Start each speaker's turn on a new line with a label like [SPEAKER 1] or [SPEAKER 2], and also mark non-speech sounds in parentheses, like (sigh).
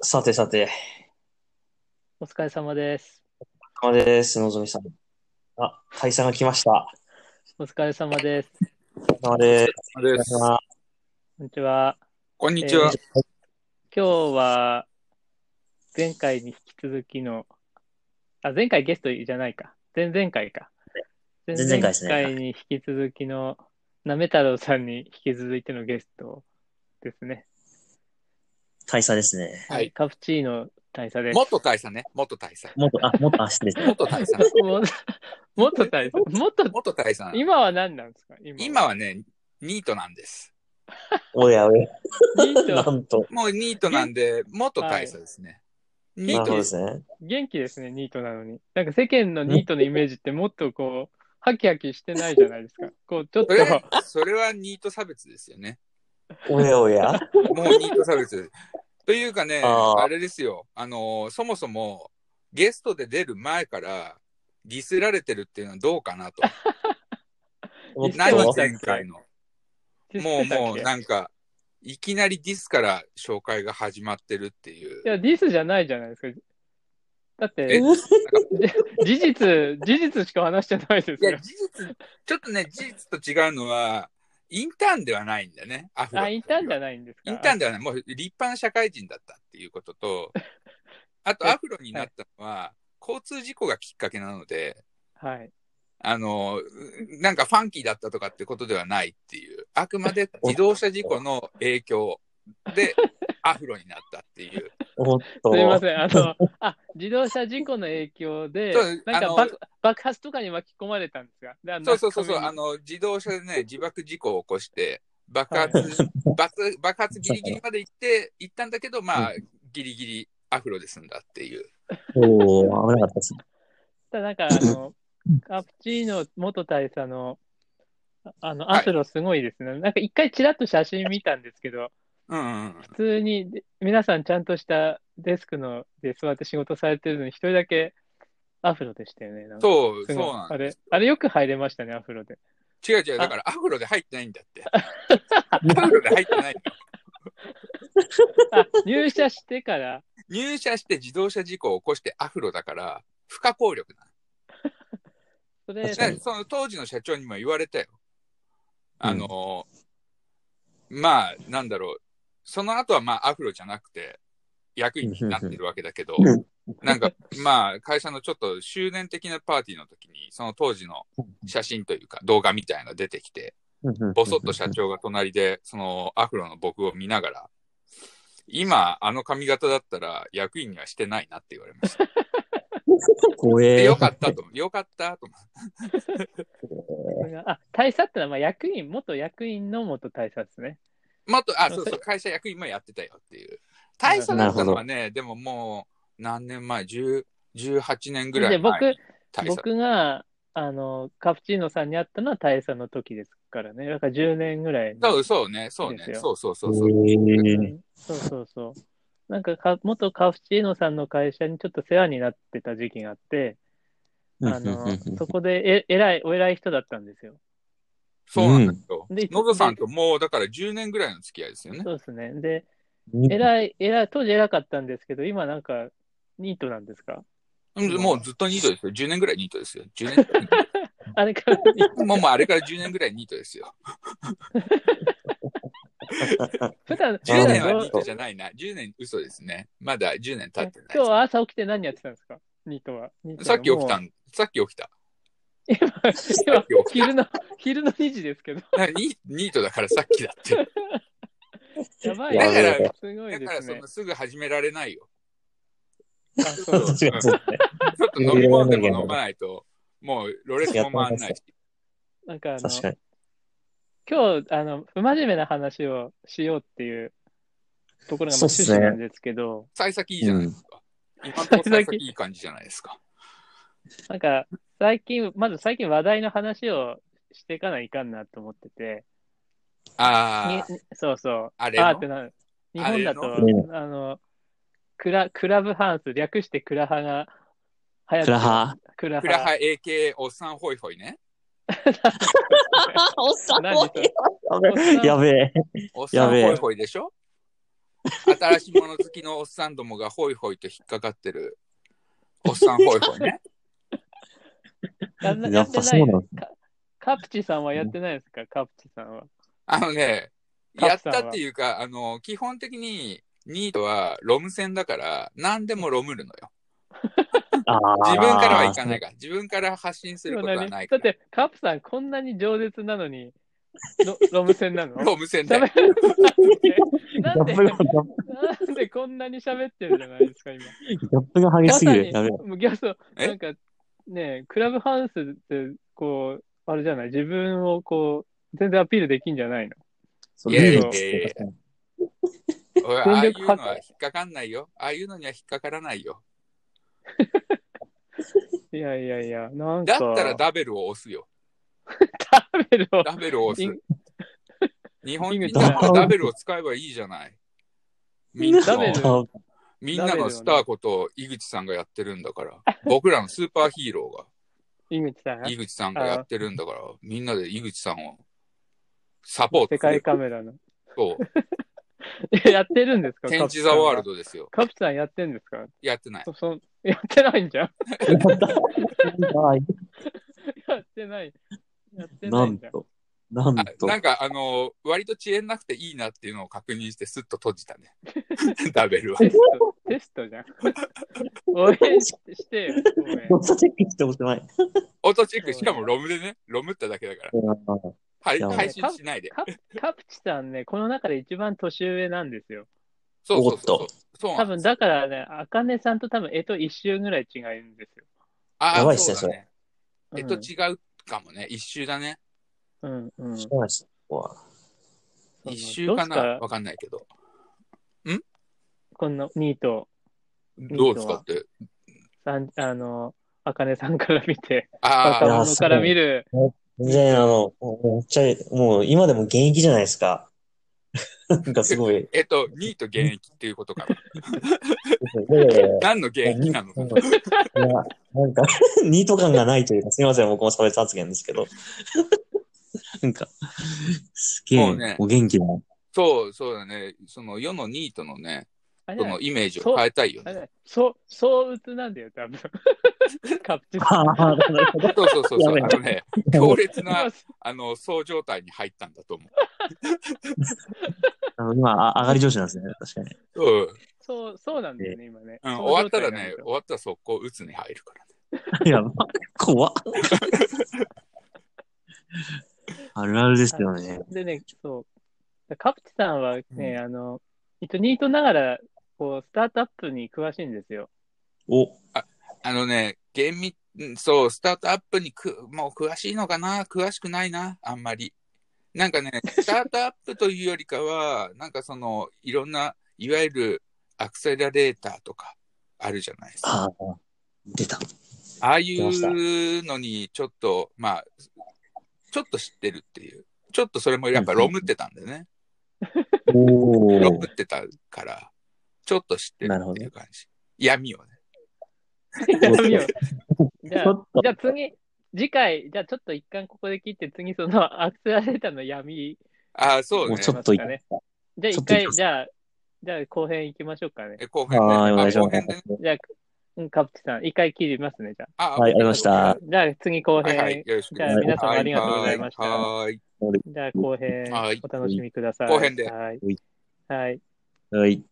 [SPEAKER 1] さてさて、
[SPEAKER 2] お疲れ様です。
[SPEAKER 1] お疲れ様です、のぞみさん。あ、解散が来ました。
[SPEAKER 2] お疲れ様です。
[SPEAKER 1] お疲れ様です。
[SPEAKER 3] です。
[SPEAKER 2] こんにちは。
[SPEAKER 3] こんにちは。
[SPEAKER 2] 今日は、前回に引き続きの、あ、前回ゲストじゃないか。前々回か。前
[SPEAKER 1] 々回ですね
[SPEAKER 2] 々回に引き続きの、なめ太郎さんに引き続いてのゲストですね。
[SPEAKER 1] 大佐ですね。
[SPEAKER 3] はい。
[SPEAKER 2] カプチーノ大佐です。
[SPEAKER 3] 元大佐ね。元大佐。
[SPEAKER 1] もっと、あ、もっと、あ、失礼です。
[SPEAKER 3] 元大
[SPEAKER 2] (laughs)
[SPEAKER 3] 佐。
[SPEAKER 2] も元大佐。元、
[SPEAKER 3] 元大佐。
[SPEAKER 2] 今は何なんですか今
[SPEAKER 3] 今はね、ニートなんです。
[SPEAKER 1] おやおや、
[SPEAKER 2] ニー
[SPEAKER 1] な
[SPEAKER 2] ト
[SPEAKER 1] んと。
[SPEAKER 3] もうニートなんで、元大佐ですね。ニ
[SPEAKER 1] なるほ
[SPEAKER 3] ー
[SPEAKER 1] ど
[SPEAKER 3] ト
[SPEAKER 1] で
[SPEAKER 3] です。
[SPEAKER 1] すね。
[SPEAKER 2] 元気ですね、ニートなのに。なんか世間のニートのイメージってもっとこう、ハキハキしてないじゃないですか。こう、ちょっ
[SPEAKER 3] そ
[SPEAKER 2] と、
[SPEAKER 3] れそれはニート差別ですよね。
[SPEAKER 1] おやおや。
[SPEAKER 3] もうニート差別。というかね、
[SPEAKER 1] あー
[SPEAKER 3] あれですよ。あの、そもそもゲストで出る前からディスられてるっていうのはどうかな
[SPEAKER 2] (laughs)
[SPEAKER 3] と。
[SPEAKER 1] もっ
[SPEAKER 2] 知って
[SPEAKER 3] 何
[SPEAKER 2] ました
[SPEAKER 3] 前回の。もうもう
[SPEAKER 2] い
[SPEAKER 3] なんか、いきなりディスから紹介が始まってるっていう。
[SPEAKER 2] や、ディスじゃないじゃないですか。だっ
[SPEAKER 3] え
[SPEAKER 2] て、事実、事実しか話してないです
[SPEAKER 3] いや、
[SPEAKER 2] よ。
[SPEAKER 3] 事実、ちょっとね、事実と違うのは、インターンではないんだよね、アフロ
[SPEAKER 2] あ、インターンじゃ
[SPEAKER 3] な
[SPEAKER 2] な
[SPEAKER 3] い。
[SPEAKER 2] いんですか。
[SPEAKER 3] インターンではない、もう立派な社会人だったっていうことと、あと
[SPEAKER 2] はい
[SPEAKER 3] アフロになったのは、交通事故がきっかけなので、
[SPEAKER 2] はい。
[SPEAKER 3] あの、なんかファンキーだったとかってことではないっていう、あくまで自動車事故の影響
[SPEAKER 2] (laughs)
[SPEAKER 3] で、アフロになったっていう。
[SPEAKER 1] もっと。
[SPEAKER 2] すみません。あの、あ、自動車事故の影響で
[SPEAKER 3] そう、
[SPEAKER 2] なん
[SPEAKER 3] あ
[SPEAKER 2] か
[SPEAKER 3] の
[SPEAKER 2] 爆爆発とかに巻き込まれたんですが。であの
[SPEAKER 3] そうそうそうそう、あ
[SPEAKER 2] 巻き込
[SPEAKER 3] の、自動車でね、自爆事故を起こして、爆発、爆爆発ギリギリまで行
[SPEAKER 2] (laughs)
[SPEAKER 3] って、行ったんだけど、まあ、ギリギリアフロで済んだっていう。
[SPEAKER 1] おー、危なかったです。
[SPEAKER 2] みだなんか、あの、カプチーノ元大佐の、あの、
[SPEAKER 3] はい
[SPEAKER 2] アスロすごいですね。なんか一回ちらっと写真見たんですけど、
[SPEAKER 3] うんうんうん。
[SPEAKER 2] 普通にで皆さんちゃんとしたデスクので座って仕事されてるのに一人だけアフロでしたよね。なんか
[SPEAKER 3] そう、
[SPEAKER 2] す
[SPEAKER 3] そう
[SPEAKER 2] ごい
[SPEAKER 3] なん
[SPEAKER 2] あれ、あれよく入れましたね、アフロで。
[SPEAKER 3] 違う違う、だからアフロで入ってないんだ
[SPEAKER 2] (laughs)
[SPEAKER 3] って。アフロで入ってない。
[SPEAKER 2] あ、入社してから、
[SPEAKER 3] 入社して自動車事故を起こしてアフロだから、不可抗力なの
[SPEAKER 2] それ、
[SPEAKER 1] 確か
[SPEAKER 3] だか
[SPEAKER 1] に
[SPEAKER 3] らその当時の社長にも言われたよ。あの、まあ、なんだろう。その後はまあ、アフロじゃなくて、役員になってるわけだけど、
[SPEAKER 1] うん
[SPEAKER 3] なんか、まあ、会社のちょっと周年的なパーティーの時に、その当時の写真というか動画みたいなのが出てきて、ぼそっと社。長が隣で、そのアフロの僕を見ながら、今、あの髪型だったら役員にはしてないなって言われました。
[SPEAKER 1] 怖え
[SPEAKER 3] で
[SPEAKER 1] ー。
[SPEAKER 3] よかったと思う。よかったと思う。
[SPEAKER 2] それがあ、大佐ってのはまあ役員、元役員の元大佐ですね。
[SPEAKER 3] もっと、あ、そうそう、会社役員もやってたよっていう。大佐だったのはね、でももう、何年前 ?10、18年ぐら
[SPEAKER 2] で
[SPEAKER 3] い前
[SPEAKER 2] 僕
[SPEAKER 3] に大佐。
[SPEAKER 2] 僕が、あの、カプチーノさんに会ったのは大佐の時ですからね。だから10年ぐらい
[SPEAKER 3] そうそうね、そうね
[SPEAKER 2] です、よ
[SPEAKER 3] そうそうそうそう。
[SPEAKER 1] えー
[SPEAKER 2] そうそうそう。なんかか、元カフチーノさんの会社にちょっと世話になってた時期があって、あの、
[SPEAKER 1] (laughs)
[SPEAKER 2] そこでえ、偉い、お偉い人だったんですよ。
[SPEAKER 3] そうなんですよ。
[SPEAKER 2] で
[SPEAKER 3] のぞさんともうだから10年ぐらいの付き合いですよね。
[SPEAKER 2] そうですね。で、
[SPEAKER 1] うん
[SPEAKER 2] 偉い、偉い、当時偉かったんですけど、今なんか、ニートなんですか
[SPEAKER 3] うんもうずっとニートですよ。10年ぐらいニートですよ。10年ぐらいニート
[SPEAKER 2] あれから、
[SPEAKER 3] もうもうあれから10年ぐらいニートですよ。
[SPEAKER 2] 普段、普
[SPEAKER 3] 10
[SPEAKER 2] 段
[SPEAKER 3] 年は
[SPEAKER 2] ど
[SPEAKER 3] ニ
[SPEAKER 2] う
[SPEAKER 3] ートじゃないな。10年嘘ですね。まだ10年経って
[SPEAKER 2] 今日
[SPEAKER 3] な
[SPEAKER 2] は朝起きて何やってたんですかニートは。ニート
[SPEAKER 3] い。
[SPEAKER 2] は
[SPEAKER 3] さっき起きた、
[SPEAKER 2] もうん
[SPEAKER 3] さっき起きた。
[SPEAKER 2] 今、
[SPEAKER 3] さっ
[SPEAKER 2] (laughs) 今
[SPEAKER 3] き起き
[SPEAKER 2] 昼の、昼の2時ですけど。
[SPEAKER 3] た。ニニートだからさっきだって。
[SPEAKER 2] やばい。
[SPEAKER 3] だから
[SPEAKER 2] すごい
[SPEAKER 3] だ
[SPEAKER 2] で
[SPEAKER 3] から
[SPEAKER 2] す
[SPEAKER 3] そ
[SPEAKER 2] ね
[SPEAKER 3] の。すぐ始められないよ。
[SPEAKER 2] あ
[SPEAKER 1] (laughs)
[SPEAKER 2] そう
[SPEAKER 3] そ
[SPEAKER 1] 確
[SPEAKER 3] う
[SPEAKER 1] かにそうですね
[SPEAKER 3] ちょっと飲み込んでも飲まないと、もうロレスも回んないし。
[SPEAKER 2] なんかあの
[SPEAKER 1] 確、かに。
[SPEAKER 2] 今日、あの、不真面目な話をしようっていうところがま
[SPEAKER 1] そう
[SPEAKER 2] あ
[SPEAKER 1] っす
[SPEAKER 2] 趣
[SPEAKER 1] ね
[SPEAKER 2] 旨なんですけど、
[SPEAKER 3] 幸先いいじゃないですか。今のところ幸先いい感じじゃないですか。
[SPEAKER 2] なんか、最近、まず最近話題の話をしていかないかんなと思ってて、
[SPEAKER 3] ああ、
[SPEAKER 2] にそうそう、
[SPEAKER 3] あれ
[SPEAKER 2] あー
[SPEAKER 3] の
[SPEAKER 2] ってなる。日本だと、
[SPEAKER 3] あ
[SPEAKER 2] あ
[SPEAKER 1] れの
[SPEAKER 2] の、クラ、クラブハウス、略してクラハが流行ってる
[SPEAKER 1] クラ (laughs) ハ。
[SPEAKER 2] クラ
[SPEAKER 3] クラ
[SPEAKER 2] ハ。
[SPEAKER 3] ハ AKA おっさんホイホイね。
[SPEAKER 1] おっさ
[SPEAKER 2] んもいい
[SPEAKER 1] やべえ。
[SPEAKER 3] おっさん
[SPEAKER 1] やべえ
[SPEAKER 3] ホイホイでしょ新しいもの好きのおっさんどもがホイホイと引っかかってる、おっさんホイホイね。
[SPEAKER 2] やんな
[SPEAKER 1] やっぱそうなん
[SPEAKER 2] やってないカプチさんはやってないですかカプチさんは。
[SPEAKER 3] あのね、
[SPEAKER 2] カ
[SPEAKER 3] や
[SPEAKER 2] ッ
[SPEAKER 3] っ
[SPEAKER 2] サーは
[SPEAKER 3] たっていうか、あの、基本的にニートはロム線だから、何でもロムるのよ。自分からはいかない
[SPEAKER 1] か
[SPEAKER 3] から、自分から発信すること
[SPEAKER 2] そう
[SPEAKER 3] は
[SPEAKER 2] ん
[SPEAKER 3] な
[SPEAKER 2] で
[SPEAKER 3] い
[SPEAKER 2] すだ
[SPEAKER 3] か
[SPEAKER 2] っ
[SPEAKER 3] ら。
[SPEAKER 2] て、カプさんこんなに饒舌なのに、
[SPEAKER 3] (laughs)
[SPEAKER 2] ロロム線なの
[SPEAKER 3] ロム線で。
[SPEAKER 2] 喋る
[SPEAKER 1] ら。
[SPEAKER 2] なんで、
[SPEAKER 1] ギャップが
[SPEAKER 2] なんでこんなに喋ってるじゃないですか、今。
[SPEAKER 1] ギャップが激しすぎる。やべえ。
[SPEAKER 2] もうギャそう
[SPEAKER 3] え
[SPEAKER 2] なんかね、クラブハウスって、こう、あれじゃない、自分をこう、全然アピールできんじゃないの。
[SPEAKER 1] そう
[SPEAKER 3] いや
[SPEAKER 2] いや
[SPEAKER 1] リーチって言う
[SPEAKER 3] おいああい
[SPEAKER 2] 全
[SPEAKER 3] う
[SPEAKER 2] 力
[SPEAKER 3] の
[SPEAKER 2] 発
[SPEAKER 3] は引っかかんないよ。ああいうのには引っかからないよ。
[SPEAKER 2] いやいやいや、なん
[SPEAKER 3] だ
[SPEAKER 2] か。
[SPEAKER 3] ったらダベルを押すよ。
[SPEAKER 2] ダベルを。
[SPEAKER 3] ダベルを押
[SPEAKER 2] イ
[SPEAKER 3] す
[SPEAKER 2] ン。
[SPEAKER 3] 日本
[SPEAKER 2] イング
[SPEAKER 3] 人はダベルを使えばいいじゃない。みんな
[SPEAKER 2] ダ
[SPEAKER 3] の
[SPEAKER 2] ベル、
[SPEAKER 1] か
[SPEAKER 3] みんなのスターこと井口さんがやってるんだから、僕らのスーパーヒーローが。
[SPEAKER 2] 井口さんが
[SPEAKER 3] 井口さんがやってるんだから、みんなで井口さんをサポ
[SPEAKER 2] 世
[SPEAKER 3] ートする
[SPEAKER 2] 界。カメラの。 (laughs)
[SPEAKER 3] そう。
[SPEAKER 2] やってるんですか
[SPEAKER 3] 天地ザワール
[SPEAKER 2] ド。
[SPEAKER 3] ドですよ。
[SPEAKER 2] カプさんやってんですか
[SPEAKER 3] やってない。
[SPEAKER 2] そそやってないんじゃ (laughs) んやってない。やって
[SPEAKER 1] な
[SPEAKER 2] ない
[SPEAKER 1] ん
[SPEAKER 2] んじゃん。
[SPEAKER 1] と。なん
[SPEAKER 3] あ
[SPEAKER 1] と。
[SPEAKER 3] なんか、あの割と遅延なくていいなっていうのを確認して、スッと閉じた
[SPEAKER 1] (laughs)
[SPEAKER 3] ね。ダベルは。
[SPEAKER 2] テスト、テス
[SPEAKER 3] (laughs)
[SPEAKER 2] トじゃん。応援ししてよ、応援。
[SPEAKER 1] ドットチェックしてもしない。
[SPEAKER 3] 音チェック、しかもロムでね、ロムっただけだから。はい
[SPEAKER 1] やばい
[SPEAKER 3] 配信しないで。
[SPEAKER 2] カカプチさんね、この中で一番年上なんですよ。
[SPEAKER 3] そうそうそ
[SPEAKER 1] おっ
[SPEAKER 3] う。そう
[SPEAKER 2] 多
[SPEAKER 3] なんで
[SPEAKER 2] 分
[SPEAKER 3] す
[SPEAKER 2] だからね、あかねさんと多分えと一周ぐらい違うんですよ。
[SPEAKER 3] あー
[SPEAKER 1] やばいっすね
[SPEAKER 3] そうだね。
[SPEAKER 2] うん
[SPEAKER 3] えっと、違うかもね。一周だね。
[SPEAKER 2] うんうん。
[SPEAKER 1] 知らないです。ここは
[SPEAKER 2] その
[SPEAKER 3] 一周かな
[SPEAKER 2] どうです
[SPEAKER 3] わかんないけど。
[SPEAKER 2] このニート、
[SPEAKER 3] どうですかって。
[SPEAKER 2] さんあの、あかねさんから見て、
[SPEAKER 3] あ
[SPEAKER 2] 若
[SPEAKER 3] あ、
[SPEAKER 2] 者から見る、
[SPEAKER 1] 全然、あの、もうめっちゃ、もう今でも現役じゃないですか。なんかすごい。
[SPEAKER 3] えっと、ニート現役っていうことかな。
[SPEAKER 1] いやいやいや
[SPEAKER 3] 何の現役なの
[SPEAKER 1] うんいやなんか、ニート感がないというか、すみません、僕も差別発言ですけど。なんか、すげ
[SPEAKER 3] も
[SPEAKER 1] え、
[SPEAKER 3] うね
[SPEAKER 1] お元気だ。
[SPEAKER 3] そう、そうだね。その世のニートのね、
[SPEAKER 2] あれ
[SPEAKER 3] そ
[SPEAKER 2] だ
[SPEAKER 3] の
[SPEAKER 2] よ
[SPEAKER 3] イメージを変えたいよ
[SPEAKER 2] あれだ
[SPEAKER 3] ね。
[SPEAKER 2] よそう、そううつなんだよ、多
[SPEAKER 3] (laughs)
[SPEAKER 2] 分カプチさん。
[SPEAKER 1] ああ、なるほど。
[SPEAKER 3] そうそうそうそう。
[SPEAKER 1] や
[SPEAKER 3] あ
[SPEAKER 1] べえ
[SPEAKER 3] のね、強烈
[SPEAKER 2] ま (laughs)
[SPEAKER 3] な
[SPEAKER 2] あ、
[SPEAKER 3] あの、そう状態に入ったんだと思
[SPEAKER 1] あの今、あ上がり上司なんですね、確かに。
[SPEAKER 2] (laughs)
[SPEAKER 3] う。うん。
[SPEAKER 2] そう、そうなんだよね、今ね。
[SPEAKER 3] うん、
[SPEAKER 2] そう
[SPEAKER 3] 終わったら
[SPEAKER 2] 状態なん
[SPEAKER 3] ね
[SPEAKER 2] です、よ
[SPEAKER 3] 終わったら速攻打つに入るからね。
[SPEAKER 1] いや、怖っ。あるあるですよね。
[SPEAKER 2] でね、そう。カプチさんはね、あの、一応ニートながら、こう、スタートアップに詳しいんですよ。
[SPEAKER 1] お、
[SPEAKER 3] あのね、厳密、うんそう、スタートアップにく、もう詳しいのかな詳しくないな、あんまり。なん
[SPEAKER 2] (laughs)
[SPEAKER 3] かね、スタートアップというよりかは、なんかその、いろんな、いわゆるアクセラレーターとか、あるじゃないです
[SPEAKER 1] あ
[SPEAKER 3] か。
[SPEAKER 1] あ、出た。
[SPEAKER 3] ああいうのにちょっと、まあ、ちょっと知ってるっていう。ちょっとそれもやっぱロムってたんだよね。
[SPEAKER 1] お
[SPEAKER 3] ロ
[SPEAKER 1] ー
[SPEAKER 3] ムってたから、ちょっと知ってる
[SPEAKER 1] なるほ
[SPEAKER 3] ってい
[SPEAKER 1] ど
[SPEAKER 3] う感じ。闇をね。
[SPEAKER 1] そう
[SPEAKER 2] (laughs) 闇をじゃ
[SPEAKER 1] ちょ
[SPEAKER 2] あ
[SPEAKER 1] っと、
[SPEAKER 2] じゃあ次、次回、じゃあちょっと一旦ここで切って、次そのアクセラレーターの闇。
[SPEAKER 3] ああ、そ
[SPEAKER 1] も
[SPEAKER 3] うね
[SPEAKER 1] う。ちょっとい
[SPEAKER 2] なんかね
[SPEAKER 1] い。
[SPEAKER 2] じゃあ一
[SPEAKER 1] ちょっと行き
[SPEAKER 2] 回
[SPEAKER 1] ま、す
[SPEAKER 2] じゃあ、じゃあ後編行きましょうかね。
[SPEAKER 3] え後編ね。
[SPEAKER 1] はい、お願いし
[SPEAKER 3] あ
[SPEAKER 1] ま
[SPEAKER 3] 後編でね
[SPEAKER 1] す。
[SPEAKER 2] じゃあ、うんカプチさん、一回切りますね、じゃ
[SPEAKER 3] あ
[SPEAKER 1] はい、ありまし
[SPEAKER 2] あ。
[SPEAKER 1] た。
[SPEAKER 2] じゃあ次後
[SPEAKER 3] は
[SPEAKER 2] 編、
[SPEAKER 3] いはい。よろしく
[SPEAKER 2] じゃあ皆様ありがとうございました
[SPEAKER 3] はい。
[SPEAKER 2] じゃあ後編
[SPEAKER 3] はい、
[SPEAKER 2] お楽しみください。
[SPEAKER 3] 後編で
[SPEAKER 2] はい
[SPEAKER 1] はい。
[SPEAKER 2] はい
[SPEAKER 1] はい。